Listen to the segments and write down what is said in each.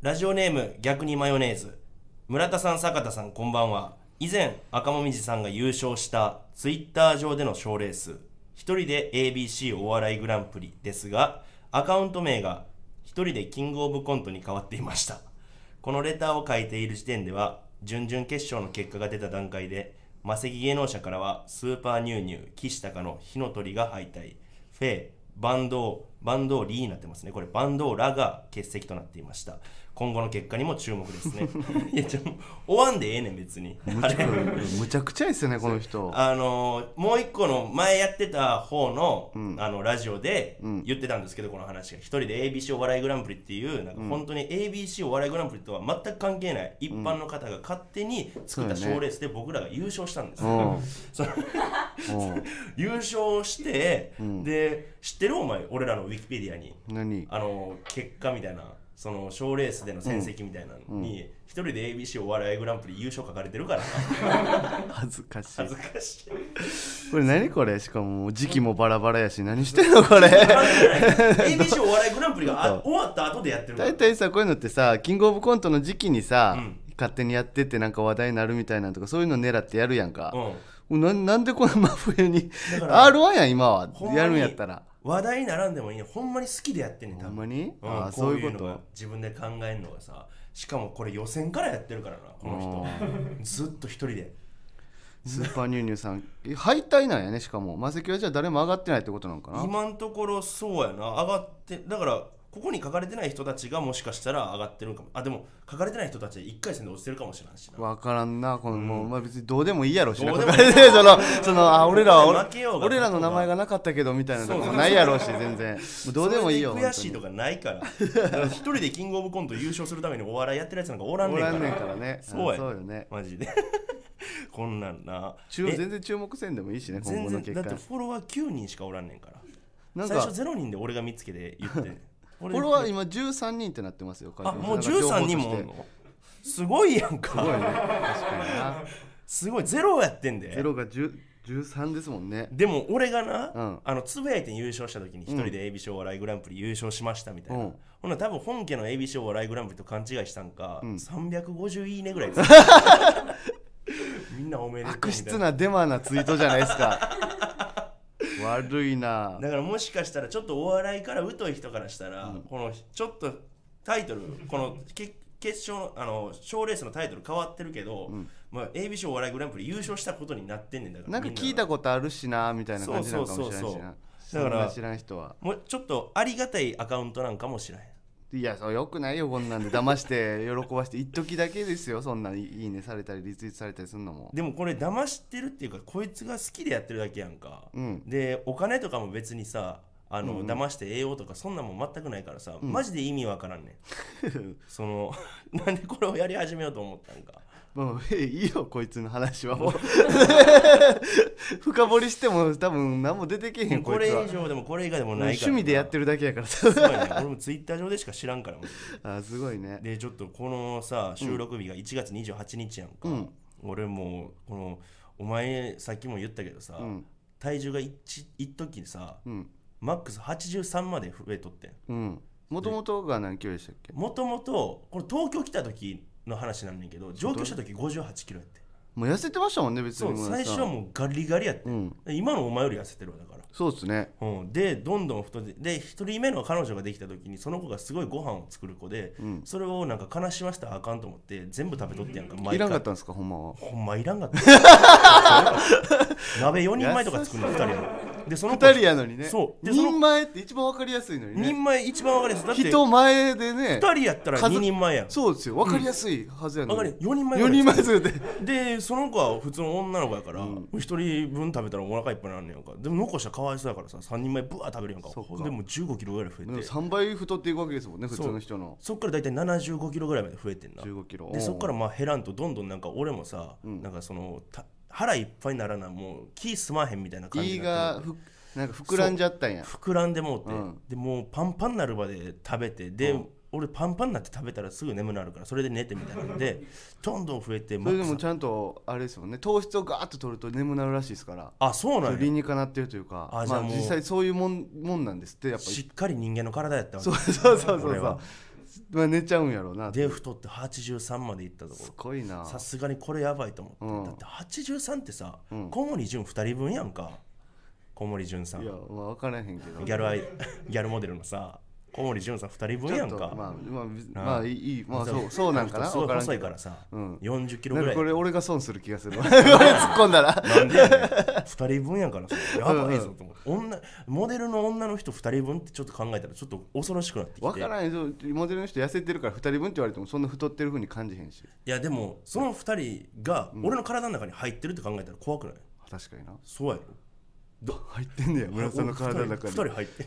ラジオネーム逆にマヨネーズ村田さん坂田さんこんばんは以前赤もみじさんが優勝したツイッター上での賞レース一人で ABC お笑いグランプリですがアカウント名が一人でキングオブコントに変わっていましたこのレターを書いている時点では準々決勝の結果が出た段階でマセキ芸能者からはスーパーニューニュー岸高の火の鳥が敗退フェイバンドーバンドーリーになってますねこれバンドーラが欠席となっていました今後の結果にも注目ですねいやちょ終わんでええねん別にあれむちゃくちゃですよねこ の人あのーもう一個の前やってた方の,、あのラジオでん言ってたんですけど、この話が一人で ABC お笑いグランプリっていうなんか本当に ABC お笑いグランプリとは全く関係ない一般の方が勝手に作った賞レースで僕らが優勝したんですよ、うん その優勝して、で知ってるお前俺らのウィキペディアに何あの結果みたいなその賞レースでの戦績みたいなのに、一人で ABC お笑いグランプリ優勝書かれてるからな恥ずかしい恥ずかしい。これ何これしかも時期もバラバラやし何してんのこ れ ABC お笑いグランプリがあ終わった後でやってるから大体さこういうのってさキングオブコントの時期にさ、うん勝手にやってってなんか話題になるみたいなのとかそういうの狙ってやるやんか、うんななんでこの真冬にだから r 1やん今はほんまにやるんやったら話題にならんでもいいねほんまに好きでやってんねん多ほ分んまに、うんああこそうういいううのこがと自分で考えるのがさしかもこれ予選からやってるからなこの人ずっと一人でスーパーニューニューさん え敗退なんやねしかもマセキはじゃあ誰も上がってないってことなのかな今のところそうやな上がってだからここに書かれてない人たちがもしかしたら上がってるんかもあでも書かれてない人たちは1回戦で落ちてるかもしれないしなわからんなこの、もうまあ別にどうでもいいやろしなどうで書もいかい れてそのそのあ俺らは負けようが俺らの名前がなかったけどみたいなそうのそうもないやろうし全然もうどうでもいいよそれで悔しいとかないからだから一人でキングオブコント優勝するためにお笑いやってるやつなんかおらん本当ねにんおからんねらんからねそうやんそうよねマジで こんなんな注え全然注目せんでもいいしね今後の全然結だっ果てフォロワー9人しかおらんねんからなん最か初0人で俺が見つけて言 ってフフォロワー今13人ってなってますよあもう書いてます13人なんか情報もおんとしてのすごいやんすごいかね確かに なすごいゼロやってんでゼロが10 13ですも んねでも俺がな、うんあのつぶやいて優勝した時に一人で ABC お笑いグランプリ優勝しましたみたいな、うんほんなら多分本家の ABC お笑いグランプリと勘違いしたんか、ん350いいねぐらいつい たみんなおめでとうみた悪いな質なデマなツイートじゃないで すか悪いなだからもしかしたらちょっとお笑いから疎い人からしたら、このちょっとタイトルこのけ決勝のあの賞レースのタイトル変わってるけど、まあ、ABC お笑いグランプリ優勝したことになってんねんだからなんかみ聞いたことあるしなみたいな感じなのかもしれないしそうそうそうなそうだからそんな知らん人はもうちょっとありがたいアカウントなんかもしれへんいやそうよくないよこんなんで騙して喜ばして一時だけですよそんなんいいいねされたりリツイートされたりするのもでもこれ騙してるっていうかこいつが好きでやってるだけやんか、うんでお金とかも別にさあの、騙して栄養とかそんなんも全くないからさ、マジで意味わからんねんその なんでこれをやり始めようと思ったんかまあ、いいよこいつの話はもう深掘りしても多分何も出てけへんここいれつは以上でもこれ以外でもないから趣味でやってるだけやからすごいね俺もツイッター上でしか知らんからマジあすごいねででちょっとこのさ収録日が1月28日やんか、ん俺もうこのお前さっきも言ったけどさ、ん体重が一一時さうんマックス83まで増えとってんうんもともとが何キロでしたっけもともとこれ東京来た時の話なんねんけど上京した時58キロやってもう痩せてましたもんね別そにうもさ最初はもうガリガリやって、うん今のお前より痩せてるわだからそうっすねうん、でどんどん太ってで1人目の彼女ができた時にその子がすごいご飯を作る子で、それをなんか悲しませたらあかんと思って全部食べとってやんか毎回いらんかったんですかほんまはほんまいらんかった 鍋4人前とか作るの2人やんでその子2人やのにねそうでその人前って一番わかりやすいのにね人前一番分かりやすいだって人前でね2人やったら2人前やんそうですよわかりやすいはずやの分かに、る4人前ぐ4らい人前ですよねでその子は普通の女の子やから、一1人分食べたらお腹いっぱいになんねやんかでも残したらかわいそうやからさ3人前ぶわー食べるやんかそっかでも15キロぐらい増えでもて3倍太っていくわけですもんね普通の人のそっから大体75キロぐらいまで増えてんな15キロでそっからまあ減らんとどんどんなんか俺もさ、なんかそのた腹いっぱいにならなもう気すまへんみたいな感じ胃になってがふなんか膨らんじゃったんや膨らんでもうて、うんでもうパンパンになるまで食べてで、俺パンパンになって食べたらすぐ眠なるからそれで寝てみたいなん でどんどん増えてそれでもマックスちゃんとあれですもんね糖質をガーッと取ると眠なるらしいですからあそうなんや理にかなってるというかあじゃまああもう実際そういうもんもんなんですってやっぱりしっかり人間の体やったわけそうそうそうそう俺そはうまあ寝ちゃうんやろうなデフトって83までいったとこすごいなろさすがにこれやばいと思って、うんだって83ってさ、うん小森純2人分やんか小森純さんいやまあ分からへんけどギャルアイ ギャルモデルのさ小森純さん2人分やんちょっかとまあまあ別なあまあいいいいまあそうさそうなんかなすご分いからん細けいどからさ、うん40キロなぐんらかいこれ俺が損する気がするわ これ突っ込んだらなんでやね ん2人分やんからさやばいぞと思って女モデルの女の人2人分ってちょっと考えたらちょっと恐ろしくなってきて分からへんそうモデルの人痩せてるから2人分って言われてもそんな太ってるふうに感じへんしいやでもその2人が俺の体の中に入ってるって考えたら怖くない確かになそうやろ入ってんねや村さんの体の中2に人入ってん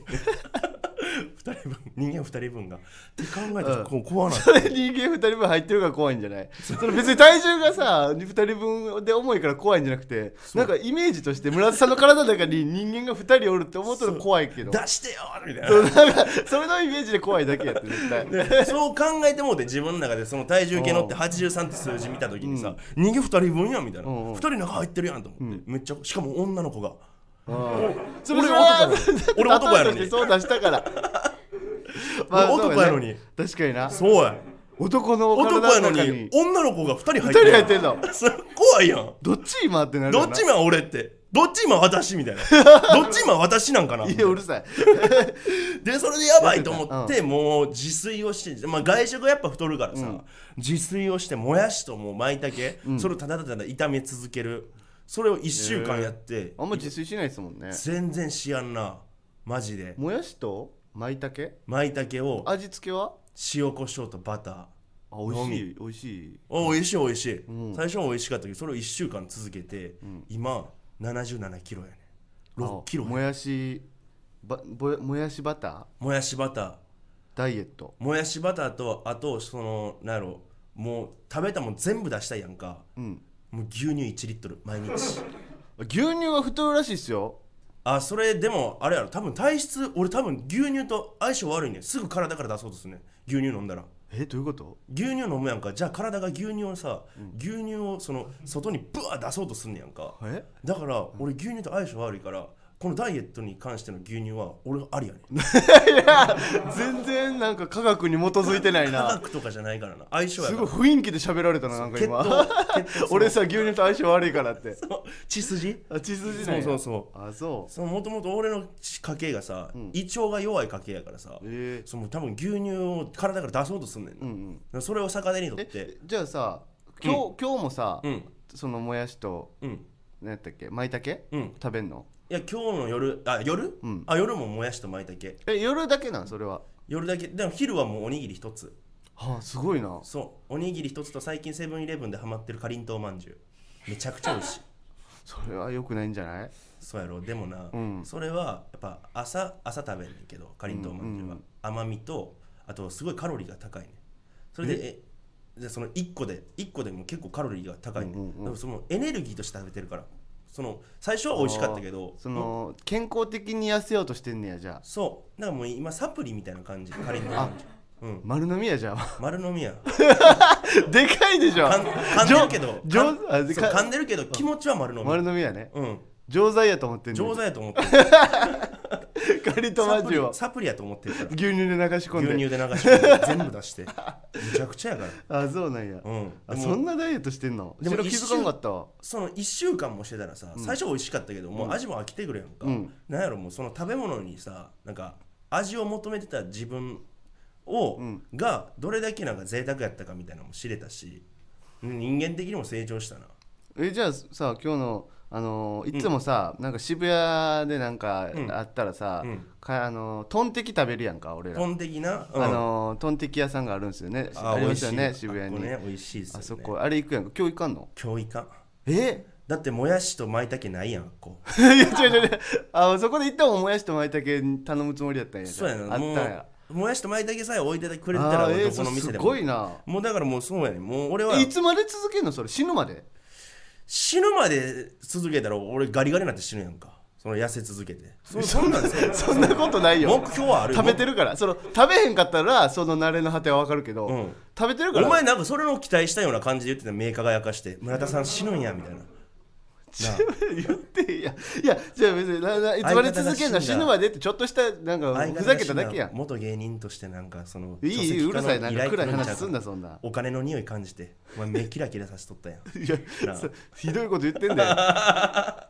二人分人間2人分がって考えたらうんこう怖ないそれ 人間2人分入ってるから怖いんじゃないその別に体重がさ2人分で重いから怖いんじゃなくてなんかイメージとして村田さんの体の中に人間が2人おるって思ったら怖いけど出してよみたいそう なんかそれのイメージで怖いだけやって絶対なで そう考えてもうて自分の中でその体重計乗って83って数字見た時にさ人間2人分やんみたいなうんうん2人の中入ってるやんと思ってめっちゃしかも女の子がそ俺れ男なの はに俺男やの例えとしてにそう出したから 俺そうね男やのに確かになそうや男の体男やのの中にに女の子が2人入っ2て人る入ってんの それ怖いやんどっち今ってなるどよなっち今俺ってどっち今私みたい などっち今私なんかないやうるさいでそれでやばいと思って、もう自炊をして、まあ、外食はやっぱ太るからさ、うん自炊をしてもやしともう舞茸、それをただただ炒め続けるそれを1週間やって、あんま自炊しないですもんね全然しやんなマジでもやしと舞茸舞茸を味付けは塩コショウとバターあ美味しい美味しいお美味しい美味しい、ん最初は美味しかったけどそれを1週間続けて、今77キロやね6キロあもやしばぼやもやしバターもやしバターダイエットもやしバターとあとそのなんやろもう食べたもん全部出したいやんかうんもう牛乳1リットル毎 日牛乳は太るらしいっすよあそれでもあれやろ多分体質俺多分牛乳と相性悪いねすぐ体から出そうとするね牛乳飲んだらえどういうこと牛乳飲むやんかじゃあ体が牛乳をさ、牛乳をその外にブワー出そうとすんねやんかえ だから俺牛乳と相性悪いからこのダイエットに関しての牛乳は俺ありやね全然なんか科学に基づいてない科な学とかじゃないからな相性やすかごいら雰囲気で喋られたななんか血今糖血糖 俺さ牛乳と相性悪いからってその血筋あ血筋なそんうやそうそうあそそのもともと俺の家系がさ、胃腸が弱い家系やからさ、うえその多分牛乳を体から出そうとすんねんな、ー、うだんからそれを逆手にうんとってえじゃあさ今日、今日もさ、うんそのもやしとうん何やったっけ舞茸、うん食べんのいや今日の夜あ夜、うんあ夜ももやしと舞茸え夜だけなんそれは夜だけでも昼はもうおにぎり一つはあすごいなそうおにぎり一つと最近セブンイレブンでハマってるかりんとうまんじゅうめちゃくちゃ 美味しいそれは良くないんじゃないそうやろでもな、うんそれはやっぱ朝朝食べんねんけどかりんとうまんじゅうは、うんうん甘みとあとすごいカロリーが高いねんそれでえでその1個で1個でも結構カロリーが高いねん、うんうんうんでもそのエネルギーとして食べてるからその最初は美味しかったけどあーその健康的に痩せようとしてんねやじゃあそうだからもう今サプリみたいな感じかりんとうまんじゅう、うん、丸飲みやじゃあ丸飲みや でかいでしょかん噛んでるけどじょかんあでそうか噛んでるけど気持ちは丸飲み、丸飲みやねうん錠剤やと思ってんね上ん手やと思ってるカリトサマプジリをサプリやと思ってるから牛乳で流し込ん牛乳でで流し込んで全部出してめちゃくちゃやからあそうなんや、うんあでもそんなダイエットしてんのでもそれ気づかんかったわその1週間もしてたらさ、最初美味しかったけどもう味も飽きてくるやんか、うんなんやろもうその食べ物にさなんか味を求めてた自分を、うんがどれだけなんか贅沢やったかみたいなのも知れたし人間的にも成長したなえじゃあさ今日のあのーいつもさ、なんか渋谷でなんかうんあったらさ、うんかあのートンテキ食べるやんか俺ら、ポン的な、うんあのートンテキ屋さんがあるんですよねああり美ま味しすよいね渋谷あにここね美味しいっすよ、ね、あそこあれ行くやんか今日行かんの今日行かんえだってもやしと舞茸ないやんこう いや違う違う違うあそこで行ったももやしと舞茸頼むつもりやったんやそうやなあったんもやうもやしと舞茸さえ置いてくれてたあらーえ俺ーどこの店でもすごいなもうだからもうそうやねんもう俺はえいつまで続けるのそれ死ぬまで死ぬまで続けたら俺ガリガリになって死ぬやんかその痩せ続けてそそんなんですよ そんなことないよ目標はあるよ食べてるからその食べへんかったらその慣れの果ては分かるけど、うん食べてるからお前なんかそれの期待したような感じで言ってた目輝かして村田さん死ぬんやみたいななあ言っていやいやじゃあ別になないつまで続け相んな方が死んだ死ぬまでってちょっとしたなんか相方がふざけただけやん元芸人としてなんかそのいいいい書籍う化のるさいなん依か頼暗い来るんちゃ話うかすんなそんなお金の匂い感じてお前目キラキラさせとったやん いやなあ そひどいこと言ってん だや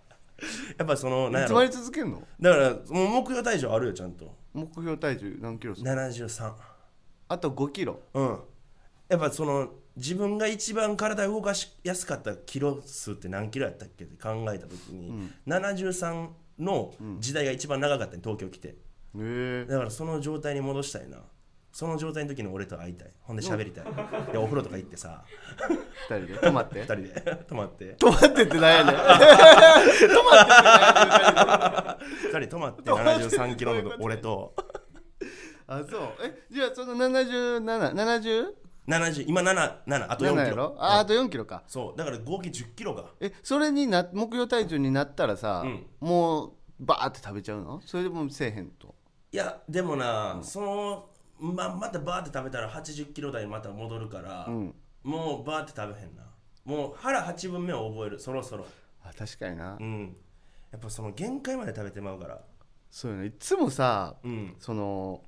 っぱそのなんよいやつろまで続けんのだからもう目標体重あるよちゃんと目標体重何キロっすか73 あと5キロうんやっぱその自分が一番体動かしやすかったキロ数って何キロやったっけって考えた時に、73の時代が一番長かったね東京来てへえだからその状態に戻したいなその状態の時の俺と会いたいほんで喋りたい、でお風呂とか行ってさ2人で泊ま って2人で 泊まって泊まってってなんや ねん2人泊ま って泊まって7 3キロの俺とあそうえじゃあその7770 70今77あと4 7キやロろああと4キロかそうだから合計1 0キロがえそれにな目標体重になったらさ、うんもうバーって食べちゃうのそれでもせえへんといやでもな、そのままたバーって食べたら8 0キロ台にまた戻るから、んもうバーって食べへんなもう腹8分目を覚えるそろそろあ確かにな、うんやっぱその限界まで食べてまうからそうよねいつもさ、うんその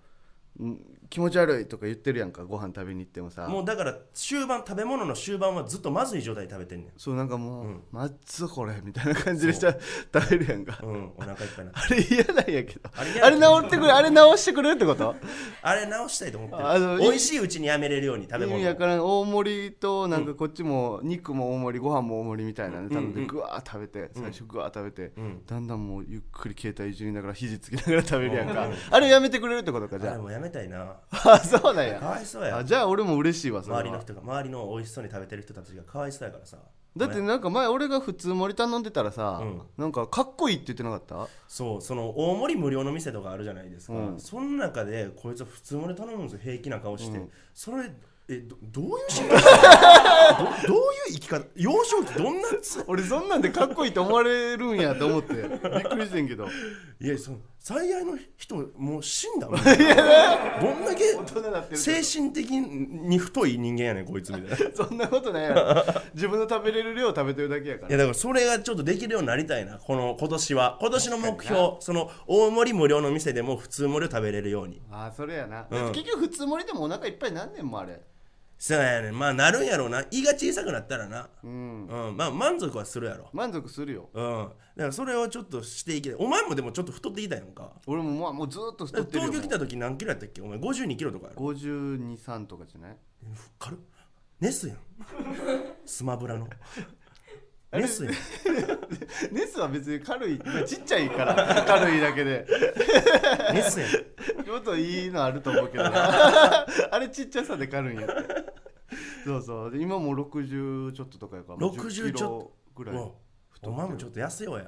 ん気持ち悪いとか言ってるやんかご飯食べに行ってもさもうだから終盤食べ物の終盤はずっとまずい状態で食べてんねんそうなんかもう、うんまっつこれみたいな感じでさ食べるやんか、うんお腹いっぱいになってあれ嫌なんやけどあれ嫌あれ直ってくれあれ直してくれるってこと あれ直したいと思ってあのる美味しいうちにやめれるように食べ意物味わからん大盛りとなんかこっちも肉も大盛りご飯も大盛りみたいなね頼んでぐわー食べて最初ぐわー食べてうんだんだんもうゆっくり携帯いじりながら肘つきながら食べるやんかうんあれやめてくれるってことかじあれゃもうやめたいな ああそうなんかわやいそうやあじゃあ俺も嬉しいわそれは周りの人が周りの美味しそうに食べてる人たちがかわいそうやからさだってなんか前俺が普通盛り頼んでたらさうんなんかかっこいいって言ってなかったそうその大盛り無料の店とかあるじゃないですか、うんその中でこいつは普通盛り頼むんですよ平気な顔して、それえどどういう心境 どどういう生き方幼少期どんなつ俺そんなんでかっこいいと思われるんやと思ってびっくりしてんけどいやその最愛の人もう死ん だもんどんだけ大人になってるけ精ど神的に太い人間やねんこいつみたい ないそんなことないやろ自分の食べれる量を食べてるだけやからやだからそれがちょっとできるようになりたいなこの今年は今年の目標その大盛り無料の店でも普通盛りを食べれるようにああそれやな、うん結局普通盛りでもお腹いっぱいなんねんもんあれそうやねんまあなるんやろうな胃が小さくなったらなうんうん、まあ満足はするやろ。満足するようん。だからそれをちょっとしていきたい。お前もでもちょっと太ってきたやんか。俺もまあもうずーっと太ってるよ東京来た時何キロやったっけお前52キロとかやろ。 523とかじゃ ない軽っ。ネス やん。スマブラの。ネスやん。ネスは別に軽いちっちゃいから 軽いだけでネスやん。もっといいのあると思うけどな あれちっちゃさで軽いんやってそうそうで今もう60ちょっととかやからもう60 10キちロょぐらいおうお前もちょっと痩せようや。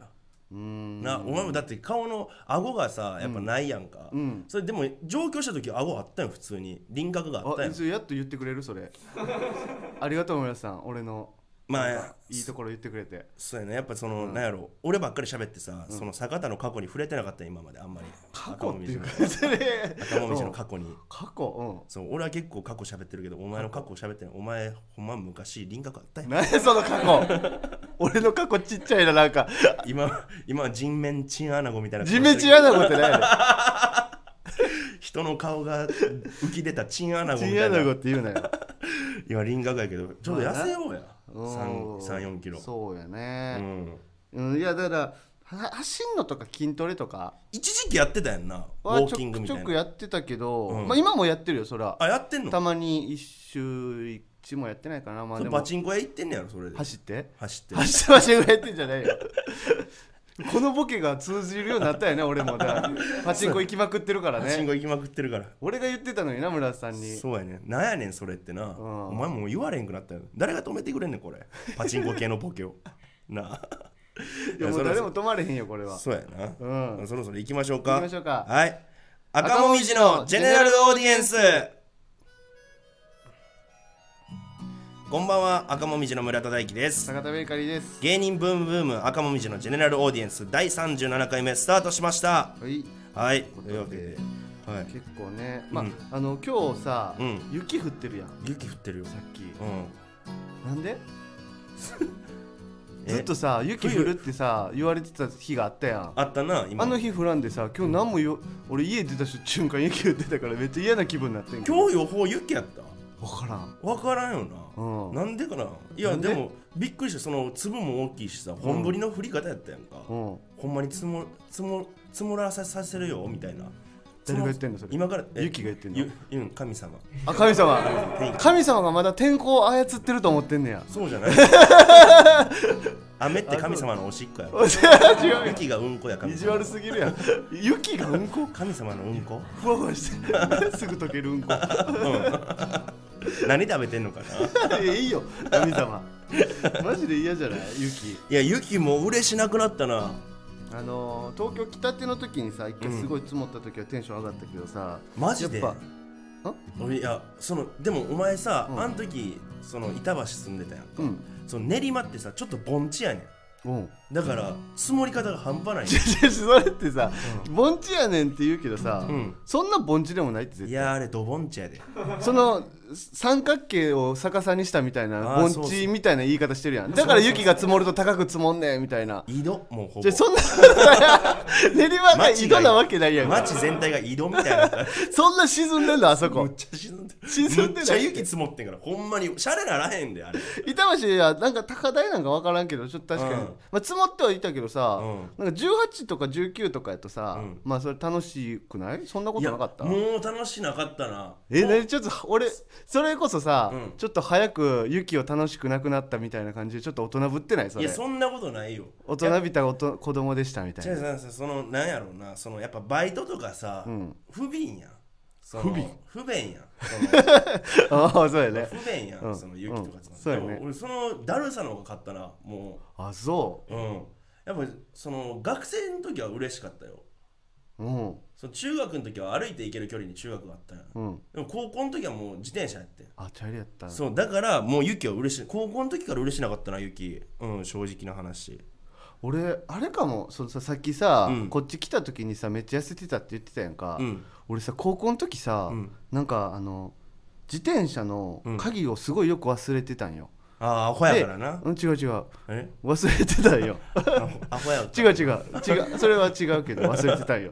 うーんな、お前もだって顔の顎がさ、やっぱないやんか。うんそれでも上京した時顎あったよ、普通に。輪郭があったあやんそ。れやっと言ってくれるそ れありがとう村瀬さん俺のまなんあか、いいところ言ってくれてそうやねやっぱその、なんやろ俺ばっかり喋ってさ、その坂田の過去に触れてなかったよ今まであんまり過去っていうか赤それもみじの過去に 過去そう俺は結構過去喋ってるけどお前の過去喋ってないお前ほんま昔輪郭あったうよん何やその過 去俺の過去ちっちゃいななんか今今は人面チンアナゴみたいな地面ちやな ことない人の顔が浮き出たチンアナゴちみんたやいなこなって言う なよ今輪郭やけどちょっと痩せようや、うん34キロそうやうねんうんいやだからは走んのとか筋トレとか一時期やってたやんなウはォちーょキングくみちたょいくなやってたけどうんまあ今もやってるよそらあやってんのたまに一周一もやってないかなまあそでれパもチンコ屋行ってんねやろそれで走って走って走ってましたぐらいやってんじゃないよこのボケが通じるようになったよね俺もだからパチンコ行きまくってるからパチンねコ行きまくってるから俺が言ってたのにな村瀬さんにそうやねなんやねんそれってな、んお前もう言われんくなったよ誰が止めてくれんねんこれパチンコ系のボケ をなあいやもそうろ誰そもろ止まれへんよこれはそうやな、うそろそろ行きましょうか行きましょうかはい赤もみじのジェネラルオーディエンスこんばんは赤もみじの村田大樹です坂田ベーカリーです芸人ブームブーム赤もみじのジェネラルオーディエンス第37回目スタートしましたはいはいというわけで、はい、結構ねまあ、うんあの今日さ、うん雪降ってるやんさ 雪降ってるよっきうんなんでずっとさ雪降るってさ言われてた日があったやんあったな今あの日降らんでさ今日何もよ俺家出た瞬間雪降ってたからめっちゃ嫌な気分になってんけど今日予報雪やった分からんわからんよな、うんなんでかないやなんででもびっくりしたその粒も大きいしさ本降りの降り方やったやんか、うんほんまに積も積も積もらさせるよみたいな誰が言ってんのそれ今からえ雪が言ってんのゆうん神様あ神様天気神様がまだ天候を操ってると思ってんねやそうじゃない雨って神様のおしっこやろ違うやん雪がうんこや意神地様悪すぎるやん雪がうんこ神様のうんこふわふわして すぐ溶けるうんこ何食べてんのかないやいいよ神様マジで嫌じゃない雪いや雪もう嬉しなくなったなあのー、東京来たての時にさ一回すごい積もった時はテンション上がったけどさ、マジでやっぱ俺いやそのでもお前さ、うんあん時その板橋住んでたやんか、うんその練馬ってさちょっと盆地やねうんんだから積もり方が半端ない、ね違う違うそれってさ、盆地やねんって言うけどさ、うんそんな盆地でもないって絶 ん、い対やあれドボンチやでその三角形を逆さにしたみたいなあー盆そう地そうみたいな言い方してるやんだから雪が積もると高く積もんねんみたいな 井戸もうほぼじゃそんな練馬が井戸なわけないやんか街全体が井戸みたいな そんな沈んでんのあそむこっちゃ沈んでる沈んでないむっちゃ雪積もってんからほんまにシャレならへんであれ板橋はなんか高台なんか分からんけどちょっと確かに、うんまあ、積もってはいたけどさ、うなんか18とか19とかやとさ、うんまあそれ楽しくないそんなことなかったいやもう楽しなかったなえ何ちょっと俺それこそさ、うんちょっと早く雪を楽しくなくなったみたいな感じでちょっと大人ぶってないそいれやそんなことないよ大人びたおと子供でしたみたい違う違なう違うそのなんやろうなそのやっぱバイトとかさ、ん不便やんその不憫不便やん そのあ あそうやね不便やん、うんその雪とかつまんでうんそうやねでも俺そのだるさの方が勝ったなもあそううんやっぱその学生の時は嬉しかったよううんその中学の時は歩いて行ける距離に中学があったやん、うんでも高校の時はもう自転車やってんあチャリやったそうだからもう雪は嬉しい高校の時から嬉しなかったな雪うん正直な話俺あれかもそのささっきさ、うんこっち来た時にさめっちゃ痩せてたって言ってたやんか、うん俺さ高校の時さ、うんなんかあの自転車のうん鍵をすごいよく忘れてたんよ、ああアホやからなうん、違う違うえ忘れてた んよアホアホや違う違う違うそれは違うけど忘れ てたんよ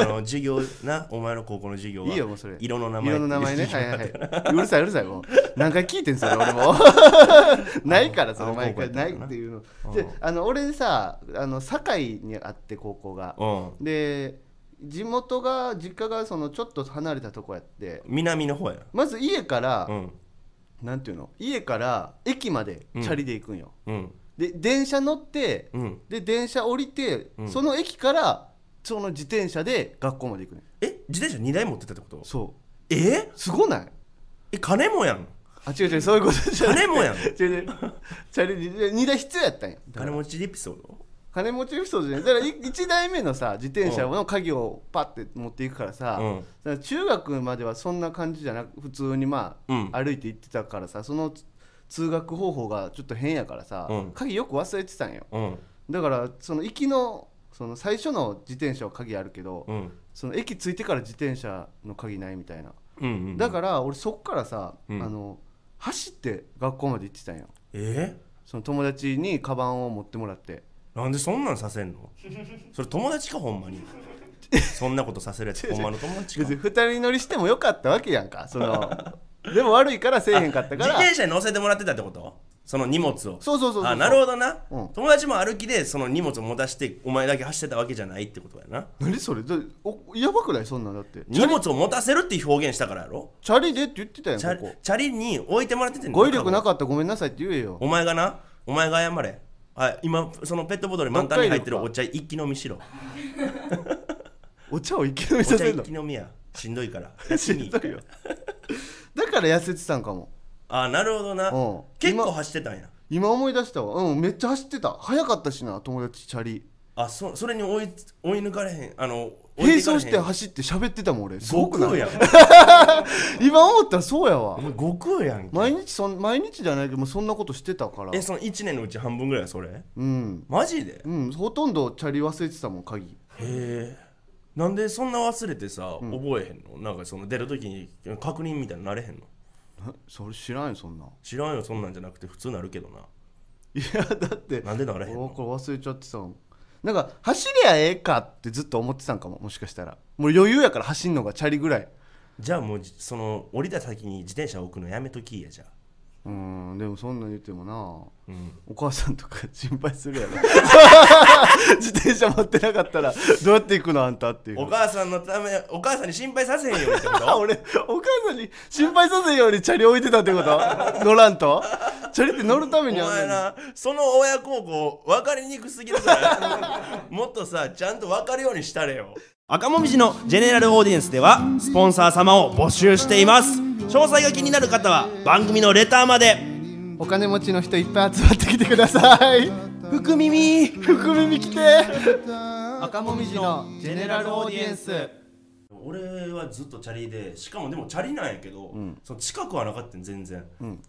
あの授業なお前の高校の授業はいいよもうそれ色の名前色の名 前ねはいはいはいうるさいうるさいもう何回聞いてんそれ俺 もないからその毎回あのない高校やったからなっていううのんであの俺さあの堺にあって高校がうんで地元が実家がそのちょっと離れたとこやって南の方やまず家から、うんなんていうの家から駅までチャリで行くんよ、うんで電車乗って、うんで電車降りて、うんその駅からその自転車で学校まで行くねんえ自転車2台持ってたってことそうえすごないえ金もやんあ違う違うそういうことじゃない金もやん 違う違うチャリで2台必要やったんやだか金ら持ちエピソード金持ちエピソードじゃないだから1台目のさ自転車の鍵をパッて持っていくからさ、うんだから中学まではそんな感じじゃなく普通にまあ、うん歩いて行ってたからさそのつ通学方法がちょっと変やからさ、うん鍵よく忘れてたんようんだからその行きのその最初の自転車は鍵あるけど、うんその駅着いてから自転車の鍵ないみたいな、うんうんだから俺そっからさ、うんあの走って学校まで行ってたんよえその友達にカバンを持ってもらってなんでそんなんさせんのそれ友達かほん まにそんなことさせるやつほんまの友達か別に2人乗りしてもよかったわけやんかそ のでも悪いからせえへんかったか自ら転車に乗せてもらってたってことその荷物をそうそうそうそうあなるほどな、うん友達も歩きでその荷物を持たしてお前だけ走ってたわけじゃないってことやな何それだおやばくないそんなんだって荷物を持たせるっていう表現したからやろチャリでって言ってたやチャんリここチャリに置いてもらっててん語彙力なっかったらごめんなさいって言えよお前がなお前が謝れはい今そのペットボトルに満タンに入ってるお茶一気飲み しろお茶を一気飲みおさ茶せる一の気飲みやしんどいからしんどいよだから痩せてたんかもあなるほどなうん結構走ってたんや今思い出したわうんめっちゃ走ってた早かったしな友達チャリあそそれに追い追い抜かれへんあの追い並抜かれへん走して走って喋ってたもん俺すご悟くない空やん今思ったらそうやわお前悟空やんけ毎日そん毎日じゃないけどもうそんなことしてたからえその1年のうち半分ぐらいはそれうんマジでへうんほとんどチャリ忘れてたもん鍵えなんでそんな忘れてさ覚えへんの、なんかその出る時に確認みたいになれへんのえそれ知らんよそんな知らんよそんなんじゃなくて普通なるけどないやだってなんでならへんおのこれ忘れちゃってたのなんか走りゃええかってずっと思ってたんかももしかしたらもう余裕やから走んのがチャリぐらいじゃあもうじその降りた先に自転車置くのやめときやじゃあうんでもそんなん言ってもなうんお母さんとか心配するやろ 自転車持ってなかったらどうやって行くのあんたっていうお母さんのためお母さんに心配させへんよってこ と俺お母さんに心配させんようにチャリ置いてたってこと 乗らんと チャリって乗るためおにあんの前になその親孝行分かりにくすぎるから もっとさちゃんと分かるようにしたれよ赤もみじのジェネラルオーディエンスではスポンサー様を募集しています詳細が気になる方は番組のレターまでお金持ちの人いっぱい集まってきてください福耳福耳来て赤もみじのジェネラルオーディエンス俺はずっとチャリでしかもでもチャリなんやけど、その近くはなかったん全然、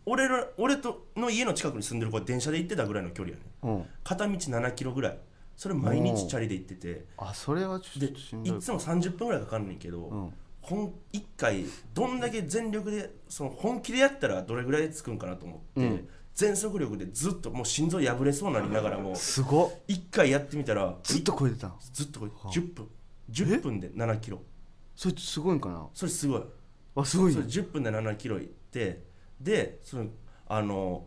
俺ら俺との家の近くに住んでる子は電車で行ってたぐらいの距離やねうん片道7キロぐらいそれ毎日チャリで行っててあそれはちょでっとしんどいいつも30分ぐらいかかんねんけど、ほん1回どんだけ全力でその本気でやったらどれぐらいつくんかなと思って、全速力でずっともう心臓破れそうになりながらもすごっ1回やってみたらずっと超えてたんずっとこれ10分10分で7キロそれすごいんかなそれすごいあすごいそねれ10分で7キロ行ってでそのあの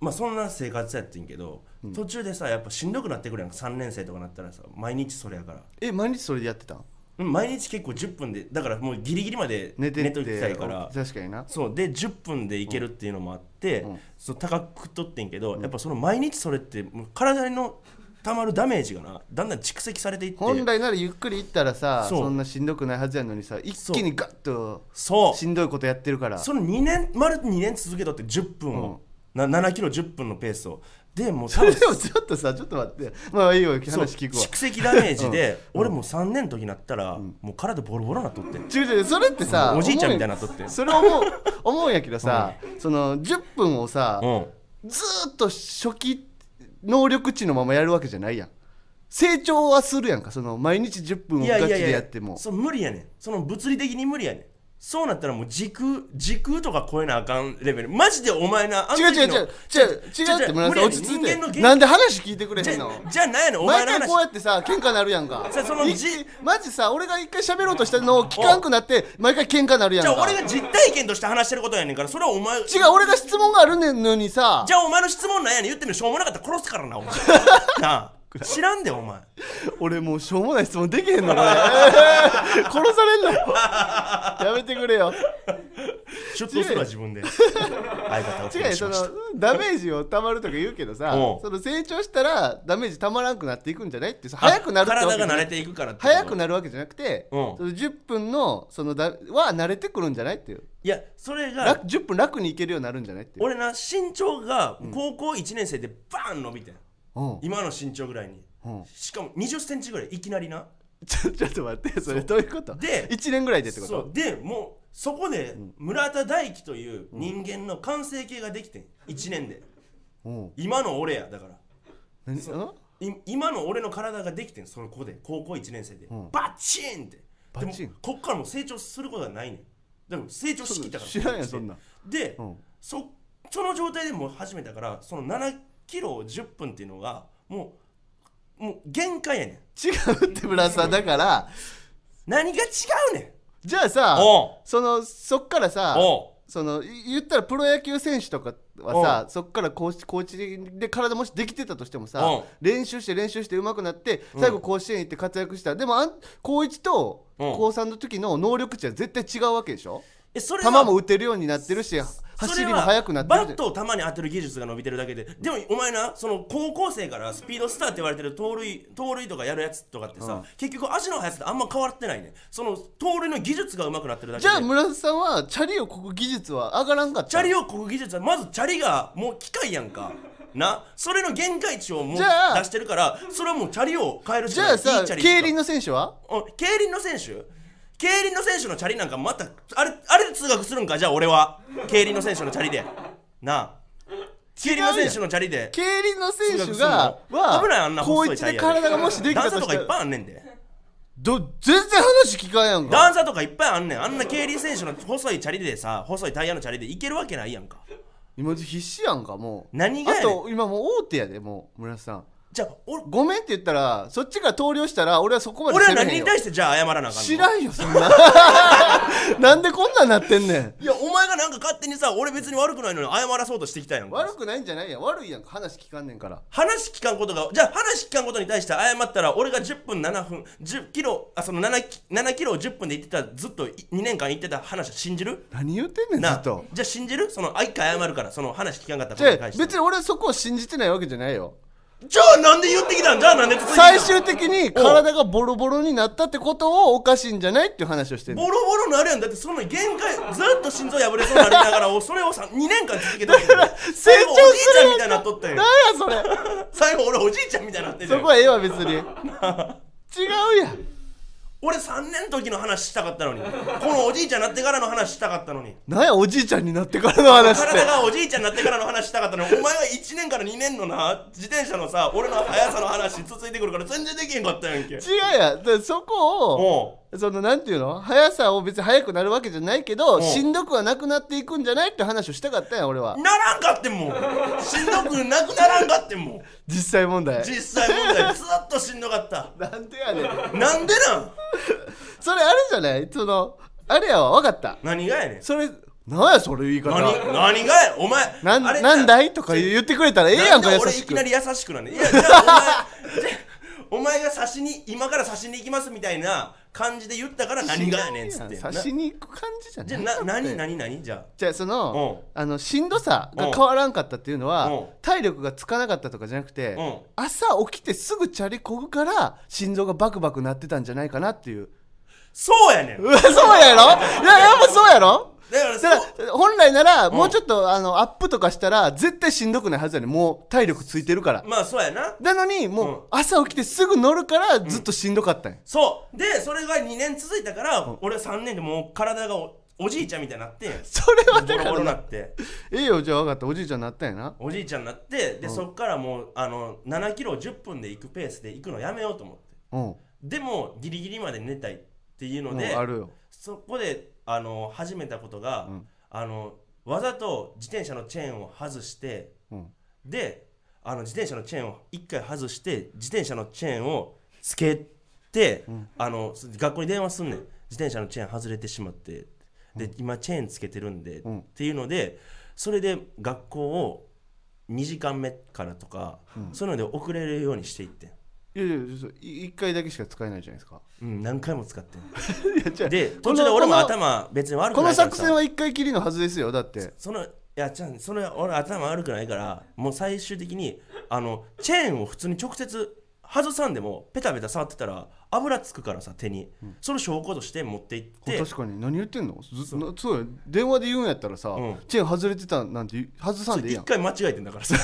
まあそんな生活やってんけど、途中でさやっぱしんどくなってくるやん3年生とかなったらさ毎日それやからえ毎日それでやってたんうん毎日結構10分でだからもうギリギリまで寝て寝てときたいから確かになそうで10分で行けるっていうのもあって、んそう高くとってんけど、やっぱその毎日それってもう体のたまるダメージがなだんだん蓄積されていって本来ならゆっくり行ったらさそうそんなしんどくないはずやのにさ一気にガッとそうしんどいことやってるからその2年丸2年続けとって10分を、な7キロ10分のペースをでもう多それ分でもちょっとさちょっと待ってまあいいよそう話聞くわ蓄積ダメージで、俺もう3年の時になったら、もう体ボロボロなっとって違う違うそれってさおじいちゃんみたいになっとってそれ思う思うんやけどさ、その10分をさ、うんずーっと初期能力値のままやるわけじゃないやん成長はするやんかその毎日10分をいガやチいやいでややってもそう無理やねんその物理的に無理やねんそうなったらもう時空時空とか超えなあかんレベルマジでお前なあの違う違う違時のう違う違うって村無理や田さん落ねんち着い人間のて限なんで話聞いてくれじへんのゃじゃないのお前毎の回こうや話ってさ喧嘩なるやんかさそのいじマジさ俺が一回喋ろうとしたのを聞かんくなって毎回喧嘩なるやんじかゃあ俺が実体験として話してることやねんからそれはお前違う俺が質問があるねんのにさじゃあお前の質問なんやねん言ってみるしょうもなかったら殺すからなお前 なあ知らんでお前俺もうしょうもない質問できへんのこれ 殺されん のよやめてくれよ出頭するわ自分で相方を違う殺よしそまのしたダメージをたまるとか言うけどさうんその成長したらダメージたまらんくなっていくんじゃないってさ早くなるってわけじ体ゃがな慣れいていくからってこと早くなるわけじゃなくて、うんその10分のそのだは慣れてくるんじゃないっていういやそれが楽10分楽にいけるようになるんじゃないっていう、俺な身長が高校1年生でバーン伸びてんうん、今の身長ぐらいに、うんしかも2 0センチぐらいいきなりなちょちょっと待ってそれどういうことで1年ぐらいでってこそうとでもうそこで村田大樹という人間の完成形ができてん1年でうん今の俺やだから何い今の俺の体ができてんその子で高校1年生で、んバチーンってバチでンもこっからもう成長することはないねんでも成長しきったから知らんやんそんなんで、うんそその状態でもう始めたからその7キロを10分っていうのがもうもう限界やねん違うって村さんだから何が違うねじゃあさおうそのそっからさんおうそのい言ったらプロ野球選手とかはさそっからコーチコーチで体もしできてたとしてもさ練習して練習して上手くなって最後甲子園行って活躍した、でもあん高1とうん高3の時の能力値は絶対違うわけでしょえそれ球はも打てるようになってるし走りも速くなってるバじッゃんトを球に当てる技術が伸びてるだけででもお前なその高校生からスピードスターって言われてる盗塁盗塁とかやるやつとかってさ、結局足の速さってあんま変わってないねその盗塁の技術が上手くなってるだけじでゃあ村田さんはチャリをこぐ技術は上がらんかったチャリをこぐ技術はまずチャリがもう機械やんかなそれの限界値をもうじゃあ出してるからそれはもうチャリを変えるしじかゃないあさいいチャリ競輪の選手はうん競輪の選手競輪の選手のチャリなんかまたあれあれで通学するんかじゃあ俺は競輪の選手のチャリでなあ競輪の選手のチャリで競輪の選手通学するのがは危ないあんな高細い1タイでヤ体がもしできた段と差としかたいっぱらいあんねんでど全然話聞かんやんか段差とかいっぱいあんねんあんな競輪選手の細いチャリでさ細いタイヤのチャリでいけるわけないやんか今必死やんかもう何があやねんと今もう大手やでもう村瀬さんじゃあおごめんって言ったらそっちから投了したら俺はそこまで俺はせれへんよ何に対してじゃあ謝らなあかんの知らんよそん ななんでこんなんなってんねんいやお前がなんか勝手にさ俺別に悪くないのに謝らそうとしてきたやんか悪くないんじゃないや悪いやんか話聞かんねんから話聞かんことがじゃあ話聞かんことに対して謝ったら俺が10分7分10キロあその 7, キ7キロを10分で言ってたずっと2年間言ってた話は信じる何言ってんねんずなあっじゃとあ信じるそのあ一回謝るからその話聞かんかったこじゃとあに対して別に俺はそこを信じてないわけじゃないよじゃあなんで言ってきたんじゃあなんで続いてきたん最終的に体がボロボロになったってことをおかしいんじゃないっていう話をしてんねんボロボロなるやんだってその限界ずっと心臓破れそうになりながらおそれをさ2年間続けてる 成最後お長じいすちるゃんやみんたいになっとったやん何やそれ 最後俺おじいちゃんみたいになってるそ こはええわ別に違うやん俺3年の時の話したかったのにこのおじいちゃんになってからの話したかったのに何やおじいちゃんになってからの話って体がおじいちゃんになってからの話したかったのにお前は1年から2年のな自転車のさ俺の速さの話続いてくるから全然できへんかったやんけ違うやんだからそこをおそのなんていうの速さを別に速くなるわけじゃないけんどしんどくはなくなっていくんじゃないって話をしたかったんや俺はうならんかってんもんしんどくなくならんかってんもん実際問題実際問題ずっとしんどかったなんでやねんなんでなんそれあれじゃないそのあれやわ分かった何がやねんそれなんやそれ言い方何何がやお前なんあれなんだいとか言ってくれたらええやんかなん優で俺しいくきなり優しくなんねんいやじゃあお前じゃあお前が刺しに今から刺しに行きますみたいな感じで言ったから何がやねんっつって刺しに行く感じじゃなないじゃあな何何何じゃじゃあそのうあのしんどさが変わらんかったっていうのうんは体力がつかなかったとかじゃなくてうん朝起きてすぐチャリこぐから心臓がバクバク鳴ってたんじゃないかなって いうあそうやねんうわそうやろいややっぱそうやろだからだそかうら本来ならもうちょっとあのアップとかしたら絶対しんどくないはずやねんもう体力ついてるからまあそうやななのにもう朝起きてすぐ乗るからずっとしんどかったんやそうでそれが2年続いたから俺3年でもう体がおおじいちゃんみたいになってそれはボだロかボロらにななってええよじゃあ分かったおじいちゃんなったんやなおじいちゃんになってでそっからもうあの7キロを10分で行くペースで行くのやめようと思ってうんでもギリギリまで寝たいっていうのもうであるよそこであの始めたことが、うんあのわざと自転車のチェーンを外してうんであの自転車のチェーンを1回外して自転車のチェーンをつけて、あのす学校に電話すんねん自転車のチェーン外れてしまってで、今チェーンつけてるんで、うんっていうのでそれで学校を2時間目からとか、そういうので遅れるようにしていってん、いやいやそうい一回だけしか使えないじゃないですかうん、何回も使ってん いやじゃあでこ途の中で俺もこの頭別に悪くこなのいからさ作戦は一回きりのはずですよだってそのいやちゃんそれ俺頭悪くないからもう最終的にあのチェーンを普通に直接外さんでもペタペタ触ってたら油つくからさ手に、その証拠として持って行って確かに何言ってんのずなそうや電話で言うんやったらさ、うんチェーン外れてたなんて外さんでいい一やん回間違えてんだからさ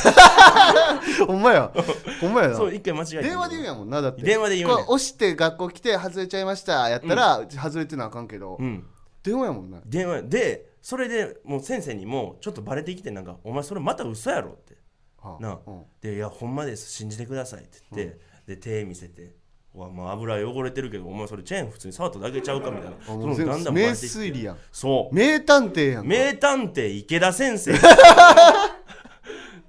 ほんまやほんまやなそう一回間違えてんだ電話で言うんやもんなだって電話で言うねんこ押して学校来て外れちゃいましたやったら、外れてなあかんけど、うん電話やもんな電話でそれでもう先生にもちょっとバレてきてなんか「お前それまた嘘やろ」ってはなあ、うんで「いやほんまです信じてください」って言って、で手見せて「うわもう油汚れてるけどお前それチェーン普通に触っただけちゃうか」みたいなそもうの全部だんだんバレて名きて推理やんそう名探偵やん名探偵池田先生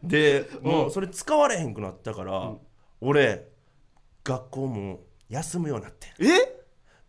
でもうそれ使われへんくなったから、俺学校も休むようになってんえ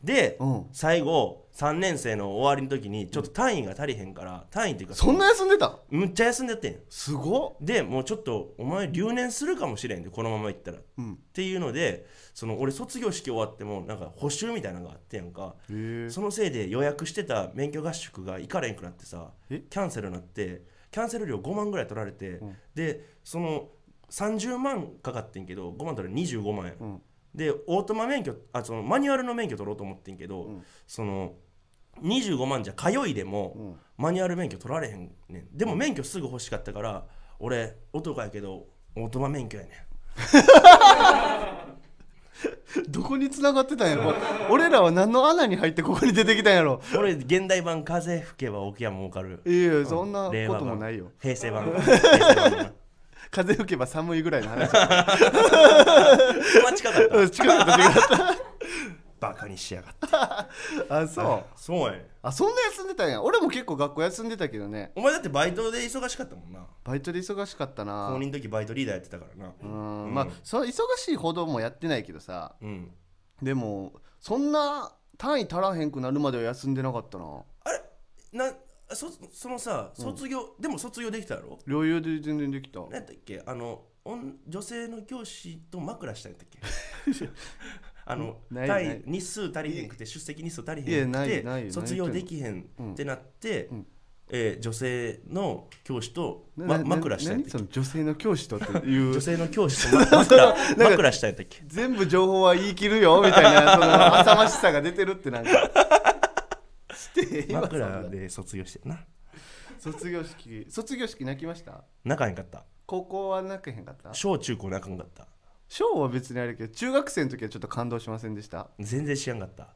で、うん最後3年生の終わりの時にちょっと単位が足りへんから単位っていうかそんな休んでたむっちゃ休んでてんすごっでもうちょっとお前留年するかもしれんでこのままいったら、うんっていうのでその俺卒業式終わってもなんか補習みたいなのがあってやんかへえそのせいで予約してた免許合宿が行かれんくなってさキえャンセルになってキャンセル料5万ぐらい取られて、でその30万かかってんけど5万取られ25万や、んでオートマ免許あそのマニュアルの免許取ろうと思ってんけど、その25万じゃ通いでも、マニュアル免許取られへんねんでも免許すぐ欲しかったから俺男やけどオートマ免許やねん どこに繋がってたんやろ俺らは何の穴に入ってここに出てきたんやろ俺現代版風吹けば沖山儲かるいやいやそんなこ令和と版もないよ平成版平成版 な風吹けば寒いぐらいの話まあ近かったうん近かった近かったバカにしやがって あそうそうやねんあそんな休んでたんや俺も結構学校休んでたけどねお前だってバイトで忙しかったもんなバイトで忙しかったな高う認の時バイトリーダーやってたからなーうんんまあそう忙しいほどもやってないけどさうんでもそんな単位足らへんくなるまでは休んでなかったなあれなそそのさ卒業、でも卒業できたやろ余裕で全然できた何やったっけあの女女性の教師と枕したんやったっけ あのない単位ない日数足りへんくて出席日数足りいへやんくないてないよ卒業できへんってなって、えー女性の教師と、なま、な枕したんやっ何たそっけの女性の教師とってい う女性の教師とま 枕枕したんやったっけ全部情報は言い切るよみたい なその浅ましさが出てるってなんかして今そんな枕で卒業してんな卒業式卒業式泣きました泣かへんかった高校は泣けへんかった小中高泣かんかった小は別にあれやけど中学生の時はちょっと感動しませんでした全然知らんかった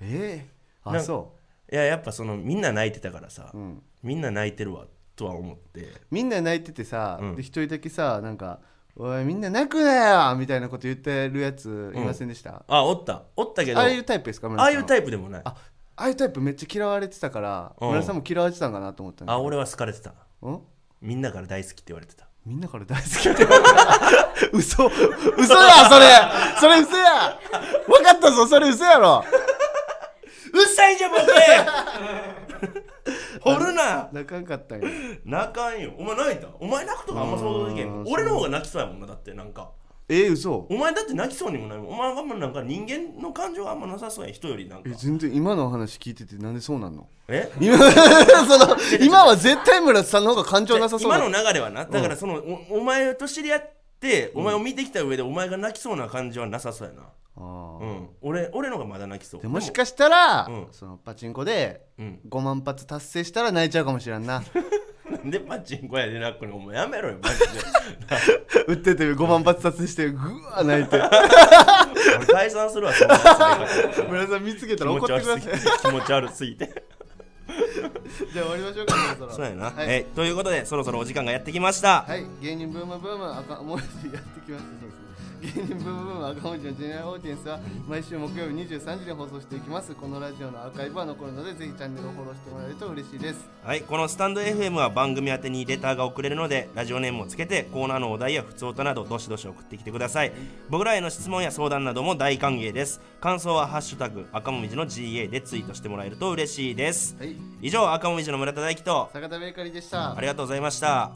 ええなあんそいややっぱそのみんな泣いてたからさ、う、うん、みんな泣いてるわとは思ってみんな泣いててさ、うんで一人だけさなんか「おいみんな泣くなよ!」みたいなこと言ってるやついませんでした、あおったおったけどああああいいうタイプですかタイプイプでもないああああいうタイプめっちゃ嫌われてたからうん村井さんも嫌われてたんかなと思ったんだけど俺は好かれてたうんみんなから大好きって言われてたみんなから大好きって言われた嘘嘘やそれそれ嘘や分かったぞそれ嘘やろうっさいじゃんボケ 掘るな泣かんかったんや泣かんよお前泣いたお前泣くとかあんま想像できへんもんうん俺の方が泣きそうやもんなだってなんかえー、嘘お前だって泣きそうにもないもんお前はあんまなんか人間の感情があんまなさそうやん人よりなんかえ全然今のお話聞いててなんでそうなんのえ今 その今は絶対村田さんの方が感情なさそう今だの流れはなだからその、おお前と知り合ってお前を見てきた上でお前が泣きそうな感じはなさそうやな、あうーん、俺俺のがまだ泣きそうでもしかしたら、うんそのパチンコででもうん5万発達成したら泣いちゃうかもしれんななんでパチンコやでなくにお前やめろよマジで売ってて5万発達成してぐわー泣いて俺 解散するわそんなやつないから村田さん見つけ気たら持怒っちて悪くだすぎさいて気持ち悪すぎて じゃあ終わりましょうかそろそろそうやな、はいえということでそろそろお時間がやってきました、はい、芸人ブームブーム赤文字やってきましたそうですね芸人ブームブーム赤文字のジェネラルオーディエンスは毎週木曜日23時に放送していきますこのラジオのアーカイブは残るのでぜひチャンネルをフォローしてもらえると嬉しいですはい、このスタンド FM は番組宛てにレターが送れるのでラジオネームをつけてコーナーのお題や普通歌などどしどし送ってきてください僕らへの質問や相談なども大歓迎です感想は「ハッシュタグ赤もみじの GA」でツイートしてもらえると嬉しいですはい以上赤もみじの村田大樹と坂田ベーカリーでしたありがとうございました